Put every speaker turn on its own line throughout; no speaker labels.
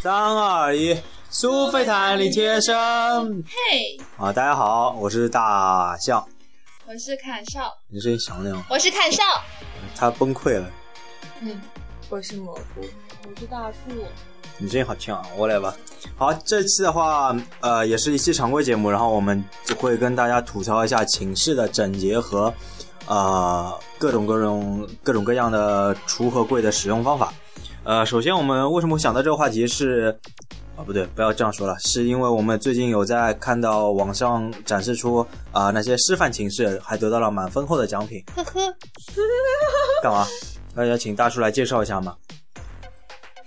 三二一，苏菲弹力贴身
嘿，
啊！大家好，我是大象，
我是砍少，
你声音响亮，
我是砍少。
他崩溃了，
嗯，
我是蘑菇，我是大树。
你声音好听啊！我来吧。好，这期的话，呃，也是一期常规节目，然后我们就会跟大家吐槽一下寝室的整洁和呃各种各种各种各样的橱和柜的使用方法。呃，首先我们为什么会想到这个话题是？啊，不对，不要这样说了，是因为我们最近有在看到网上展示出啊、那些示范寝室，还得到了满分后的奖品。
呵呵，
干嘛？那要请大叔来介绍一下吗？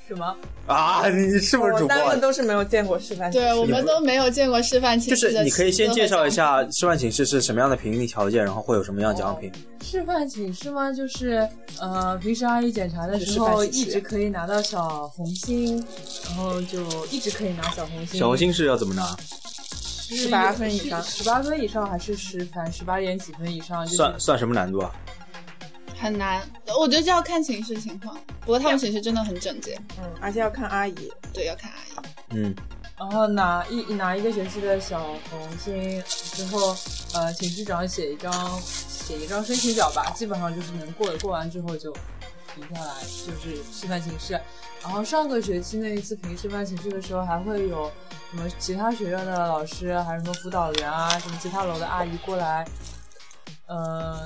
什么？
啊，你是不是主
我
播
单
啊？
位都是没有见过示范。
对我们都没有见过示范寝
就
室
是
的，
你可以先介绍一。下示范寝室是什么样的评定条件，然后会有什么样的奖品。
哦
示范寝室吗？就是呃，平时阿姨检查的时候
这是示范寝
一
室
直可以拿到小红心，然后就一直可以拿小红心。
小红心是要怎么拿？
是
18分以上
十八分以上还是十反正十八点几分以上？
嗯
就是
算算什么难度啊？
很难，我觉得这要看寝室情况。不过他们寝室真的很整洁，
嗯，而且要看阿姨。
对，要看阿姨。
嗯，
然后拿一拿一个学期的小红心之后，呃，寝室长写一张写一张申请表吧，基本上就是能过的，过完之后就停下来，就是示范寝室。然后上个学期那一次评示范寝室的时候，还会有什么其他学院的老师，还有什么辅导员啊，什么其他楼的阿姨过来，呃，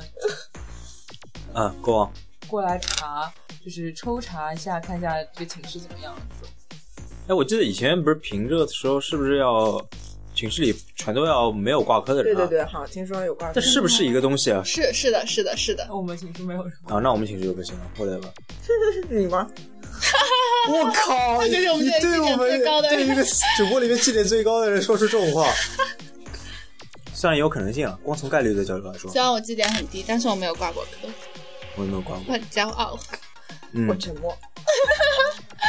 啊，过往
过来查，就是抽查一下，看一下这个寝室怎么样。这种
哎，我记得以前不是评这个的时候，是不是要寝室里全都要没有挂科的
对
人啊？
对。对，好，听说有挂科
这。是不是一个东西啊？
是是的，是的，是的。
那我们寝室没有人。
啊，那我们寝室就不行了，后来 吧。
你吗？
我靠！
这就是我们你这对我们绩点最高的人对一
个主播里面绩点最高的人说出这种 话，虽然有可能性啊，光从概率的角度来说，
虽然我绩点很低，但是我没有挂过科，
我也没有挂过。
我很骄傲。
嗯
我，沉默。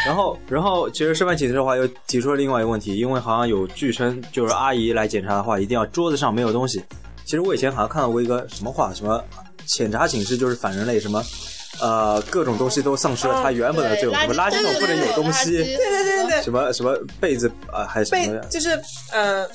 然后，然后，其实示范寝室的话又提出了另外一个问题，因为好像有据称，就是阿姨来检查的话，一定要桌子上没有东西。其实我以前好像看到过一个什么话，什么检查寝室就是反人类，什么呃各种东西都丧失了它原本的作
对，
用，什么垃圾桶不能有东西，
对
对对对对对，
什么什么被子啊、呃、还是什
被
么
就是呃，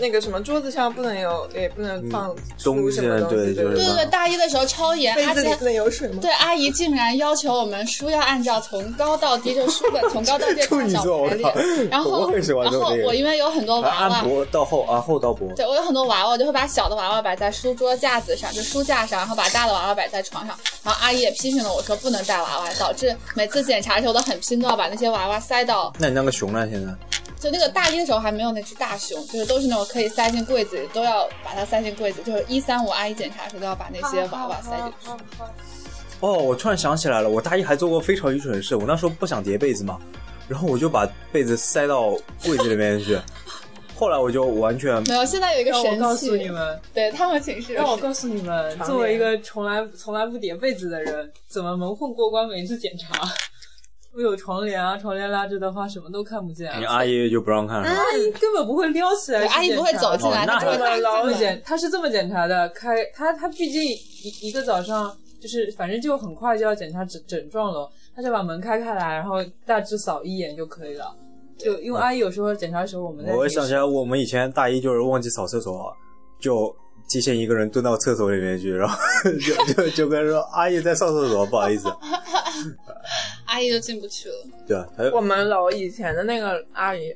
那个什么桌子上不能有，也不能放
嗯东
出
西啊
什么东
对
西。
就是
对对，大一的时候超严，
杯
而
子里
且
不能有水吗？
对，阿姨竟然要求我们书要按照从高到低，就书本从高到低
处
按
女
照
座
排
我靠
列。然
我
后，
很喜欢
然
这种
后
这个
我因为有很多
啊
娃
按
娃，
脖到后啊后到脖，
对我有很多娃娃，我就会把小的娃娃摆在书桌架子上，就书架上，然后把大的娃娃摆在床上。然后阿姨也批评了我说不能带娃娃，导致每次检查的时候都很拼，都要把那些娃娃塞到。
那你那个熊呢？现在
就那个大一的时候还没有那只大熊，就是都是那种可以塞进柜子里，都要把它塞进柜子。就是一三五阿姨检查的时候都要把那些娃娃塞进去。
哦，我突然想起来了，我大一还做过非常愚蠢的事。我那时候不想叠被子嘛，然后我就把被子塞到柜子里面去。后来我就完全
没有，现在有一个
让我
神
告诉你
器，
们，
对他们寝室
让我
是
告诉你们，
常
作为
年
一个从来从来不叠被子的人，怎么蒙混过关？每次检查，我有床帘啊，床帘拉着的话，什么都看不见、
你
啊。
阿姨就不让看了。
阿姨根本不会撩起来
对
去检查，
阿姨不会走进来，
哦
她
那
只
这
会
么
拉
老
进来。
检，他是这么检查的，开他他毕竟一一个早上就是反正就很快就要检查整整幢楼，他就把门开开来，然后大致扫一眼就可以了。就因为阿姨有时候检查的时候，我们在
嗯我
寝室
想起来，我们以前大一就是忘记扫厕所，就提前一个人蹲到厕所里面去，然后 就就就跟人说阿姨在上厕所，不好意思。
阿姨就进不去了。
对啊，他就
我们楼以前的那个阿姨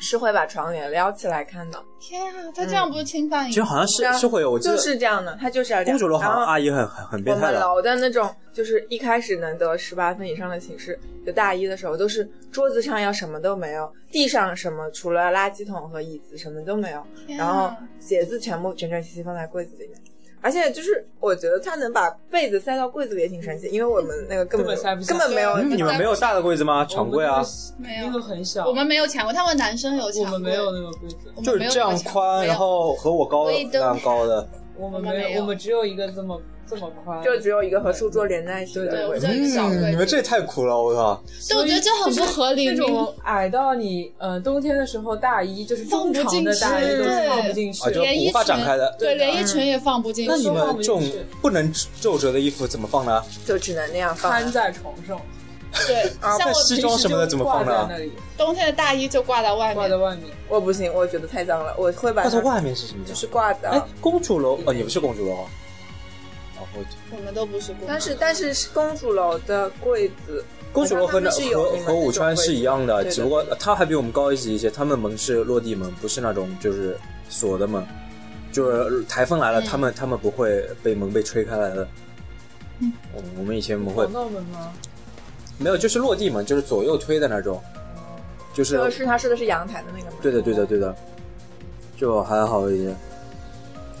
是会把床帘撩起来看的，
天啊，他这样不是侵犯隐
其实
私吗？
好像是
对啊
是会有，我记
就
得
是这样的，她就是要这
公
样。
主楼好
然
像
后
阿姨很很很
我
变态
们
的。
楼的那种，就是一开始能得十八分以上的寝室，就大一的时候，都是桌子上要什么都没有，地上什么除了垃圾桶和椅子什么都没有，
天啊
然后鞋子全部整整齐齐放在柜子里面。而且就是，我觉得他能把被子塞到柜子里也挺神奇，因为我们那个根
根
本
本塞不下
根本没有
对
嗯，你们没有大的柜子吗？
我
床
们
柜啊，
没
那个
有，
很小，
我们没有抢过，他们男生有抢
我
过，
们没有，那个柜子。
我们
就是
没有
这样
抢过
宽，
没有
然后和我高
我一
那
蹬
样高的。
我们
我们没
没
有
有，我们只有一个这么这么宽，
就只有一个和书桌连在一起
对对
的
对
柜
我
子
就。很小
嗯，
对
你们这也太苦了，我啊操！
但我觉得这很不合理
那种啊矮到你，呃，冬天的时候大衣就是
放
正
不进
常的大衣都
去
放不进去
啊，。就
连衣
无法
裙
展开的。
对，
对的
连衣裙也放不进
那
你
去。
们这种不能皱褶的衣服怎么放呢？
就只能那样放
摊
着。
在床上，
对，
啊
像
那
我
西装什么的怎么放
挂在
呢？
那里，
冬天的大衣就挂在外
挂
面
在，外面。
我不行，我觉得太脏了，我会把
挂在
它
外面是什么
就
呀？
是挂的。
哎，公主楼哦，也不是公主楼啊。哦，我
我们都不是公主
但是但是是公主楼的柜子，
公主楼和那
好像他们是有
和
你们
和
那
武
种
川
柜
是
子
一样的，
对的
只不过呃它还比我们高一级一些。他们门是落地门，不是那种就是锁的门，就是台风来了，
嗯
他们他们不会被门被吹开来的。
嗯
我们，我们以前不会
防，盗门吗？
没有，就是落地门，就是左右推的那种，就是
这个是他说的是阳台的那个吗？
对的，对的，对的，就还好一些。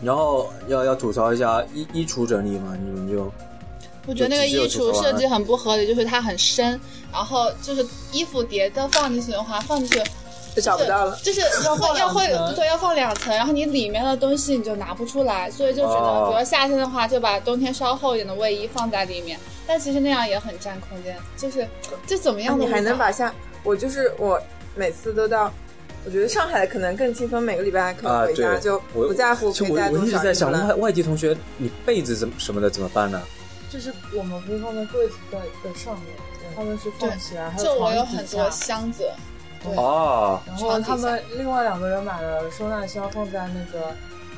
然后要要吐槽一下衣衣橱整理嘛，你们就
我觉得那个衣橱设计很不合理，就是它很深，然后就是衣服叠的放进去的话，放进去
就找不到了。
就是
要
会
放
要
两
会
层
对要放两层，然后你里面的东西你就拿不出来，所以就只能
哦
比如夏天的话，就把冬天稍厚一点的卫衣放在里面，但其实那样也很占空间，就是就怎么
那
样
啊
都
你
无
还能
法
把下？我就是我每次都到，我觉得上海的可能更轻松，每个礼拜可
啊
能回家、
对
就
我
不在乎
其
可
实
以带
我
多
我一直
少
在想，
衣服了
外外地同学，你被子怎么什么的怎么办呢？
就是我们可以放在柜子的的上面，他们是放起来，还
就我有
有床
很
底下
多箱子，对
哦，
然后他们另外两个人买了收纳箱，放在那个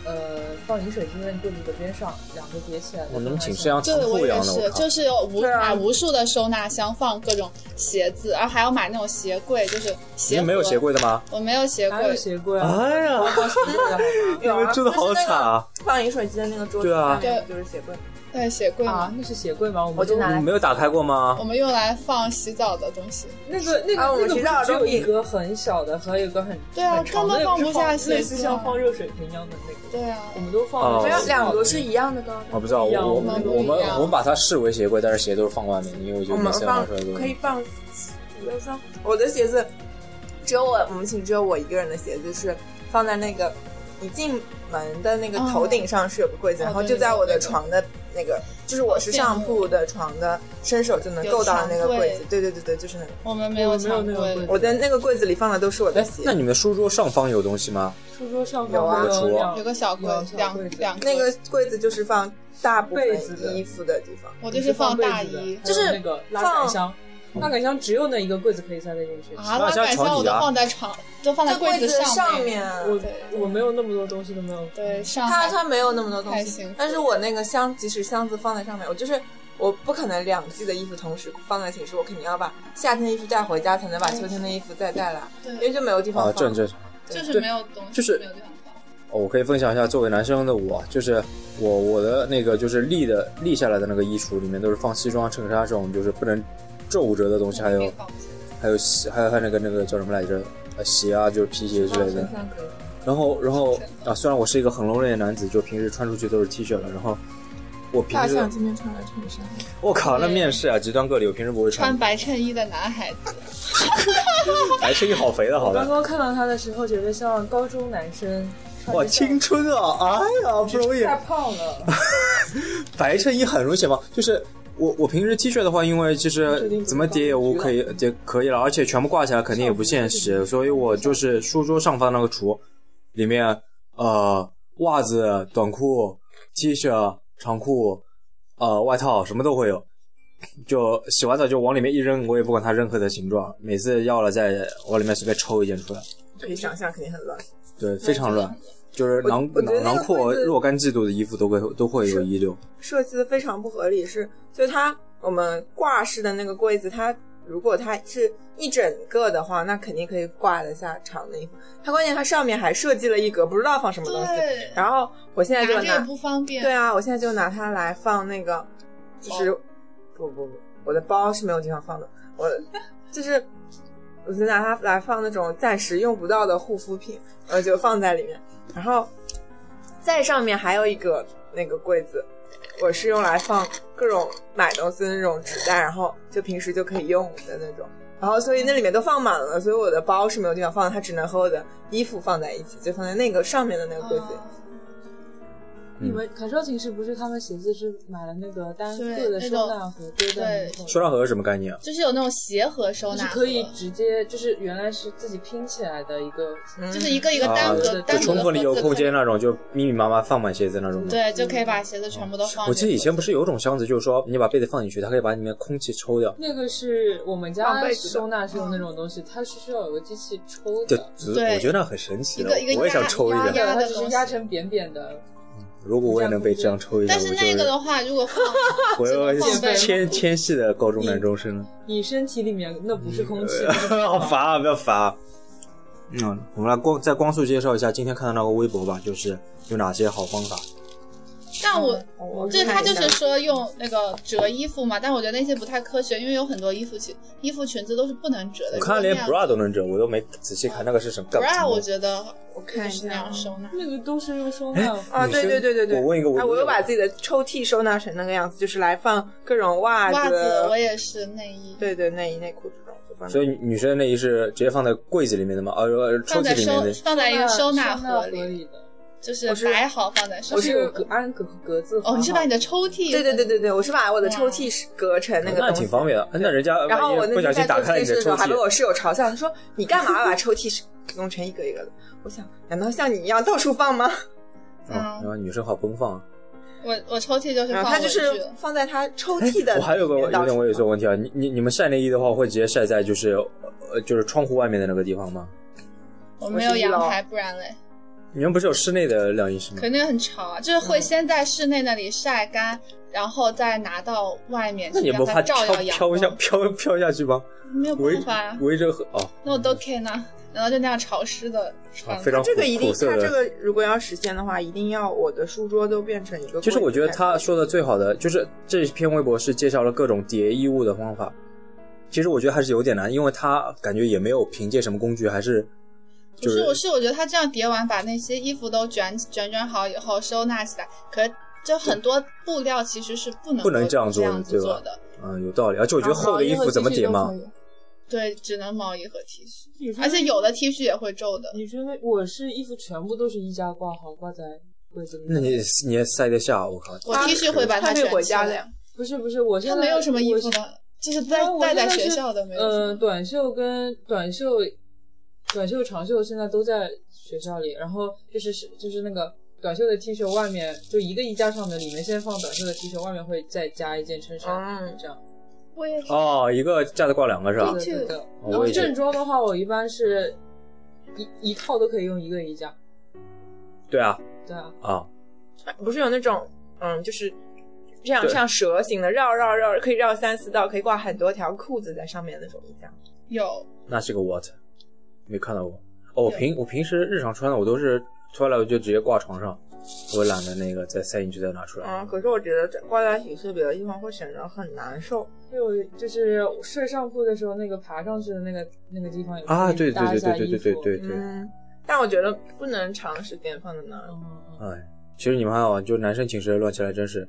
呃放饮水机的柜子的边上，两个叠起来的。
我能请摄像
对
仓库
我
一
也
样的，
是，
靠！
就是有无
对啊
买无数的收纳箱，放各种鞋子，然后还要买那种鞋柜，就是
你
鞋
们没有
盒
鞋，柜的吗？
我没有鞋
哪有
柜，
鞋柜啊？
哎呀，
放鞋柜的好吗
你们真的好惨啊！
放饮水机的那个桌子
对啊
上面就是鞋柜，
对鞋柜 嘛
啊，那是鞋柜吗？我
我
们
就拿
你
来
们没有打开过吗
我？们用来放洗澡的东西。
那个那个、
啊我
那个
知道
不是只有
东西
一格很小的和一个很
对啊
很长
根
的
本放不下
也是类似
鞋子啊
像放热水瓶一样的那个，
对啊
我，们都放
哦
了
没
没
有
有
两格是一样的高。
我啊不知道，
一样
我我
我们
们
不
我们
一样
我们把它视为鞋柜，但是鞋都是放外面，因为我觉
我
得每
们
次拿
放
出来都
可以放五六双。我的鞋子只有我，我们寝只有我一个人的鞋子是放在那个一进门的那个头顶上是有个柜子，
哦
然后
对哦
就在我的
对对
床的那个，就是我是上铺的床的，伸手就能够到的那个柜子。对对对对，就是那个。
我们没有常
我们没有那个
规
柜
的，
我的那个柜子里放的都是我的
哎，
鞋
那。你们书桌上方有东西吗？
书桌上
有啊
放
有
两
有个小柜
有，小
两
柜子
两
那个柜子就是放大部
被子的
分衣服的地方。
我就是放
被
大
子的
衣
还。
就是
有那个拉
放
杆箱，拉杆箱只有那一个柜子可以塞得进去。
啊，
那
拉
像
杆
床
箱我
底
都
啊
放在床，都放在
这柜
子
子
上
上。面，
我我没有那么多东西都没有。
对，上
它
海
它没有那么多
太
东
幸
西
福，
但是我那个箱，即使箱子放在上面，我就是我不可能两季的衣服同时放在寝室，我肯定要把夏天的衣服带回家，才能把秋天的衣服再带来，因为
对，
就没有地
啊，
方
这
放。
这
就是
对
没有东西，
就是
没有地方放。
哦，我可以分享一下，作为男生的我，就是我我的那个就是立的立下来的那个衣橱里面都是放西装、衬衫这种就是不能皱褶的东西，还有还有鞋，还有还有那个那个叫什么来着？呃，鞋啊，就是皮鞋之类的。然后然后啊，虽然我是一个很 lonely 的男子，就平时穿出去都是 T 恤了，然后我平
大
时
象今天穿了衬衫，
我靠，那面试啊，极端个例，我平时不会
穿
穿，
白衬衣的男孩子，
还是一好肥的好
我刚
吧？
刚看到他的时候，觉得像高中男生穿
哇，
着像
青春啊！哎呀，不容易。
太胖了，
白衬衣很容易显胖，就是我我平时 T 恤的话，因为其实怎么叠也无可以叠可以了，而且全部挂起来肯定也不现实，所以我就是书桌上方那个橱里面，呃，袜子、短裤、T 恤、长裤、呃外套什么都会有，就洗完澡就往里面一扔，我也不管它任何的形状，每次要了再往里面随便抽一件出来，
可以想象肯定很乱。
对，非常乱，就是囊
我我觉得那个
囊括
柜子
若干季度的衣服都会都会有遗留，
设计的非常不合理，是就它我们挂式的那个柜子，它如果它是一整个的话，那肯定可以挂得下长的衣服。它关键它上面还设计了一格，不知道放什么东西。
对，
然后我现在
拿
就
着也
拿
不方便。
对啊，我现在就拿它来放那个，就是不不不，我的包是没有地方放的，我就是我就拿它来放那种暂时用不到的护肤品，然后就放在里面，然后在上面还有一个那个柜子。我是用来放各种买东西的那种纸袋，然后就平时就可以用的那种，然后所以那里面都放满了，所以我的包是没有地方
嗯
放的，它只能和我的衣服放在一起，就放在那个上面的那个柜子里。
啊
你
嗯
们凯少寝室不是他们鞋子是买了那个单
对
个的
那
收
种
纳盒丢在门口，
收纳盒是什么概念啊？
就是有那种鞋盒收
就是
纳盒，
可以直接就是原来是自己拼起来的一个，
就是一个一个
啊
呃单
对
格、
对
就
单
充
格
分利用
的
空间那种，就密密麻麻放满鞋子那种吗。
对，就可以把鞋子全部都放进去。
我记得以前不是有一种箱子，就是说你把被子放进去，它可以把里面空气抽掉，
那个是我们
浪
家
费
收纳是有那种东西，它是需要有个机器抽
就
的，
只
对
我觉得那很神奇的
一个一，个
我也想
压
抽一
压
点。
压
的
的
它只
东
是
西
压成扁扁的，
如果我也能被这样抽一点，
但
我
是
就
那个的话，如果 放
我
只能放嗯
要
被
纤 纤细的高中男中生，
你身体里面那不是空气，那是
好烦啊！不要烦啊。嗯，我们来光再光速介绍一下今天看到那个微博吧，就是有哪些好方法。
但啊我
我
就是他就是说用那个折衣服嘛，但我觉得那些不太科学，因为有很多衣服裙、衣服裙子都是不能折的。
我看连
如果
bra 都能折，我都没仔细看那个是什么。干嘛
bra，我觉得
我看
就
一
是那
下
样收纳。
那个都是用
哎
收纳盒。
啊，
女
对
生
对对对对，
我问一个我
哎，我又把自己的抽屉收纳成那个样子，就是来放各种袜
袜子我也是内衣，
对对，内衣内裤这种就放。
所以女女生的内衣是直接放在柜子里面的吗？呃，呃抽
放
屉
在
里
收
面的。
放在一个收纳
盒
盒里，
里的，
就是
我是
摆好放在收
我
纳
是有格按格格子
哦，你是把你
的
的抽屉
对对对对对，我是把我的抽屉是隔成那个
那
东西
挺。方便的。那人家
然后我
万一
那
不小
天
心
在
打
做
开
这
你
件事
的
的时
抽
候，还被
屉，
我室友嘲笑，他说：“你干嘛把抽屉是弄成一格一格的？”我想，难道像你一样到处放吗？
嗯，然后女生好奔 放啊。
我我抽屉就是
然
放
后他就
文具
是放在他抽屉的。
哎我还有个有点我
嗯
有这个问题啊，你你你们晒内衣的话，会直接晒在就是呃就是窗户外面的那个地方吗？
我没有阳台，不然嘞，
你们不是有室内的晾衣室吗
可？那个很潮啊，就是
嗯
会先在室内那里晒干，然后再拿到外面
那
去
你
让
不
它
怕
照
飘
耀阳
飘
光
一下，飘飘下去吗？
没有
围
办法啊，
围着和
嗯
哦，
那我都 can 啊，难道就那样潮湿的
啊
穿？
非常
这个一定，
苦涩
他这
的。
个如果要实现的话，一定要我的书桌都变成一个。
其实我觉得他说的最好的就是这篇微博是介绍了各种叠衣物的方法。其实我觉得还是有点难，因为他感觉也没有凭借什么工具，还是
不，
就是
我是我觉得他这样叠完，把那些衣服都卷卷卷好以后收纳起来，可是就很多布料其实是不能
不能
这
这样做的
子做
对吧
的，
嗯有道理。而且我觉得厚的衣服怎么叠嘛？？
对，只能毛衣和 T 恤，
女生
而且有的 T 恤也会皱的。
女生的我是衣服全部都是衣架挂好挂在柜子里。
那你你也塞得下，我
啊
靠！
我 T 恤会把它
他
卷
没
起
回家的
来
呀，，
不是不是，我现
它
在
没有什么衣服
我是
的，就是带
啊我
带
现
在
在
学
是
校的没有什么。
呃，短袖跟短袖、短袖、长袖现在都在学校里，然后就是是就是那个短袖的 T 恤外面就一个衣架上的，里面先放短袖的 T 恤，外面会再加一件衬
啊
衫，
嗯
这样。
我也是，
哦，一个架子挂两个是吧？
对对对。
哦
然
我
后
也是
正装的话，我一般是一一套都可以用一个衣架。
对啊，
对啊，
啊，
不是有那种嗯，就是这样
对
像蛇形的绕绕绕，可以绕三四道，可以挂很多条裤子在上面那种衣架。
有
那是个 what，没看到过。哦，我平我平时日常穿的我都是脱下来我就直接挂床上，我懒得那个再塞进去再拿出
哦
来。
嗯，可是我觉得这挂在寝室别的地方会显得很难受。
还有就是睡上铺的时候，那个爬上去的那个那个地方也可以
啊，对对
搭
对
一下
对对对对
衣服
对对，
嗯，但我觉得不能长时间放在那儿。
嗯嗯嗯
哎，其实你们还好，就男生寝室乱起来真是，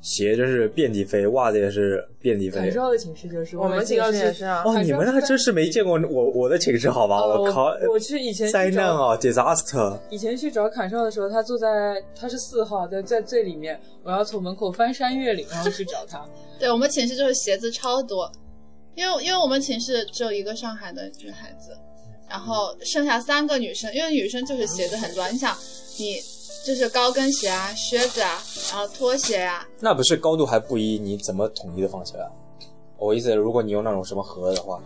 鞋真是遍地飞，袜子也是遍地
凯
飞。
少的寝室就是
我们寝室也是啊
哦，你们那还真是没见过我我的寝室好吧？
哦
靠，
我去以前去
灾难
找
啊，disaster！
以前去找砍少的时候，他坐在他是四号，在在最里面，我要从门口翻山越岭，然后去找他。
对我们寝室就是鞋子超多，因为因为我们寝室只有一个上海的女孩子，然后剩下三个女生，因为女生就是鞋子很乱，你想你就是高跟鞋啊、靴子啊，然后拖鞋啊，
那不是高度还不一，你怎么统一的放起来？我意思，如果你用那种什么盒的话，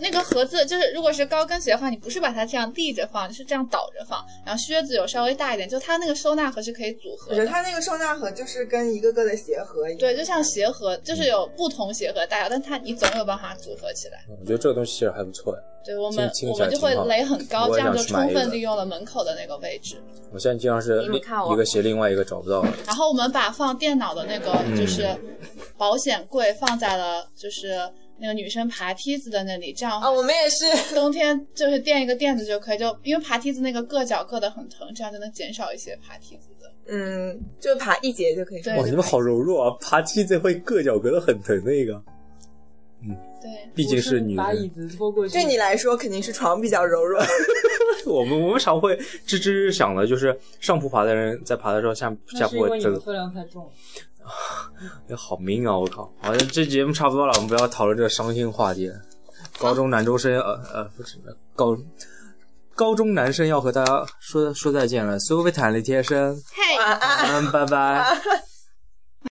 那个盒子就是如果是高跟鞋的话，你不是把它这样立着放，你是这样倒着放，然后靴子有稍微大一点，就它那个收纳盒是可以组合
我觉得
的。
它那个收纳盒就是跟一个个的鞋盒一样。
对，就像鞋盒，就是有不同鞋盒大小，但它你总有办法组合起来。
我觉得这个东西其实还不错哎。
对我们
听听
我
起来
们就会
挺好
垒很高，
我也
这样
想
就
去买
充
一
分
个
利用了门口的那个位置。
我现在经常是
你
另
们看我
一个鞋，另外一个找不到了。
然后我们把放电脑的那个就是保险柜放在了就是那个女生爬梯子的那里，这样
哦
啊，我们也是。
冬天就是垫一个垫子就可以，就因为爬梯子那个硌脚硌得很疼，这样就能减少一些爬梯子的。
嗯，就爬一节就可以。
对
哇，你们好柔弱啊！爬梯子会硌脚，硌得很疼的一个，
对，
毕竟是女
把椅
人。
子拖过去。
对你来说肯定是床比较柔弱，
我们我们常会吱吱想的，就是上铺爬的人在爬的时候下
那
下铺
是因为
会
你
真
们
的
分量太重。
哎好命啊！我靠，好像这节目差不多了，我们不要讨论这个伤心话题了。高中男中生，呃呃，不是高高中男生要和大家说说再见了，苏菲坦利贴身，
嘿，
晚安。
嗯，拜拜。